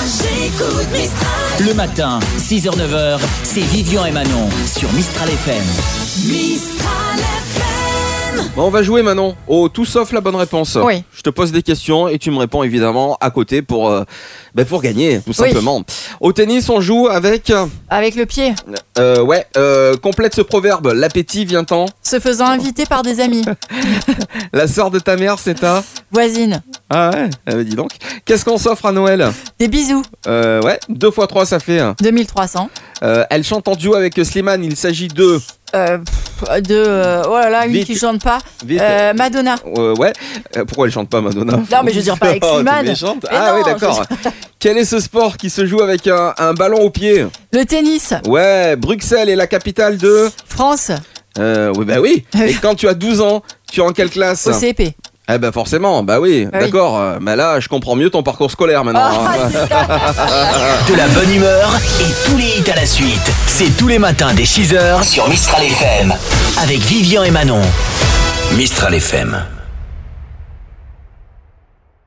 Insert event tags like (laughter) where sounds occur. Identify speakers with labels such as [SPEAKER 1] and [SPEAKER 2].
[SPEAKER 1] Écoute Mistral.
[SPEAKER 2] Le matin, 6h-9h, c'est Vivian et Manon sur Mistral FM.
[SPEAKER 1] Mistral FM.
[SPEAKER 3] Bon, on va jouer Manon au tout sauf la bonne réponse.
[SPEAKER 4] Oui.
[SPEAKER 3] Je te pose des questions et tu me réponds évidemment à côté pour, euh, ben, pour gagner, tout
[SPEAKER 4] Oui.
[SPEAKER 3] simplement. Au tennis, on joue avec.
[SPEAKER 4] Avec le pied,
[SPEAKER 3] euh, ouais, euh, complète ce proverbe l'appétit vient-en.
[SPEAKER 4] se faisant inviter par
[SPEAKER 3] (laughs)
[SPEAKER 4] des amis,
[SPEAKER 3] La sœur de ta mère, c'est ta.
[SPEAKER 4] voisines,
[SPEAKER 3] Ah ouais, eh ben, dis donc. Qu'est-ce qu'on s'offre à Noël
[SPEAKER 4] des bisous,
[SPEAKER 3] Euh, Ouais, 2 x 3, ça fait. un.
[SPEAKER 4] 2300,
[SPEAKER 3] Euh, elle chante en duo avec Slimane, il s'agit de.
[SPEAKER 4] euh, pff, de... euh, oh là là, une
[SPEAKER 3] Vite.
[SPEAKER 4] qui chante pas,
[SPEAKER 3] Vite.
[SPEAKER 4] euh, Madonna.
[SPEAKER 3] Euh, ouais. Euh, pourquoi elle chante pas Madonna
[SPEAKER 4] Non, mais je veux dire pas avec
[SPEAKER 3] (laughs) Oh, t'es
[SPEAKER 4] Slimane.
[SPEAKER 3] méchante.
[SPEAKER 4] Mais
[SPEAKER 3] Ah
[SPEAKER 4] non,
[SPEAKER 3] oui, d'accord.
[SPEAKER 4] (laughs)
[SPEAKER 3] Quel est ce sport qui se joue avec un, un ballon au pied
[SPEAKER 4] Le tennis,
[SPEAKER 3] Ouais, Bruxelles est la capitale de.
[SPEAKER 4] France,
[SPEAKER 3] Euh, oui, bah
[SPEAKER 4] (laughs)
[SPEAKER 3] oui. Et quand tu as 12 ans, tu es en quelle classe
[SPEAKER 4] OCP.
[SPEAKER 3] Eh ben forcément, bah oui,
[SPEAKER 4] Ah oui. Ah,
[SPEAKER 3] d'accord. Euh, Mais là, je comprends mieux ton parcours scolaire maintenant.
[SPEAKER 4] (laughs)
[SPEAKER 3] hein.
[SPEAKER 2] De la bonne humeur et tous les hits à la suite. C'est tous les matins dès 6h sur Mistral FM. Avec Vivian et Manon. Mistral FM.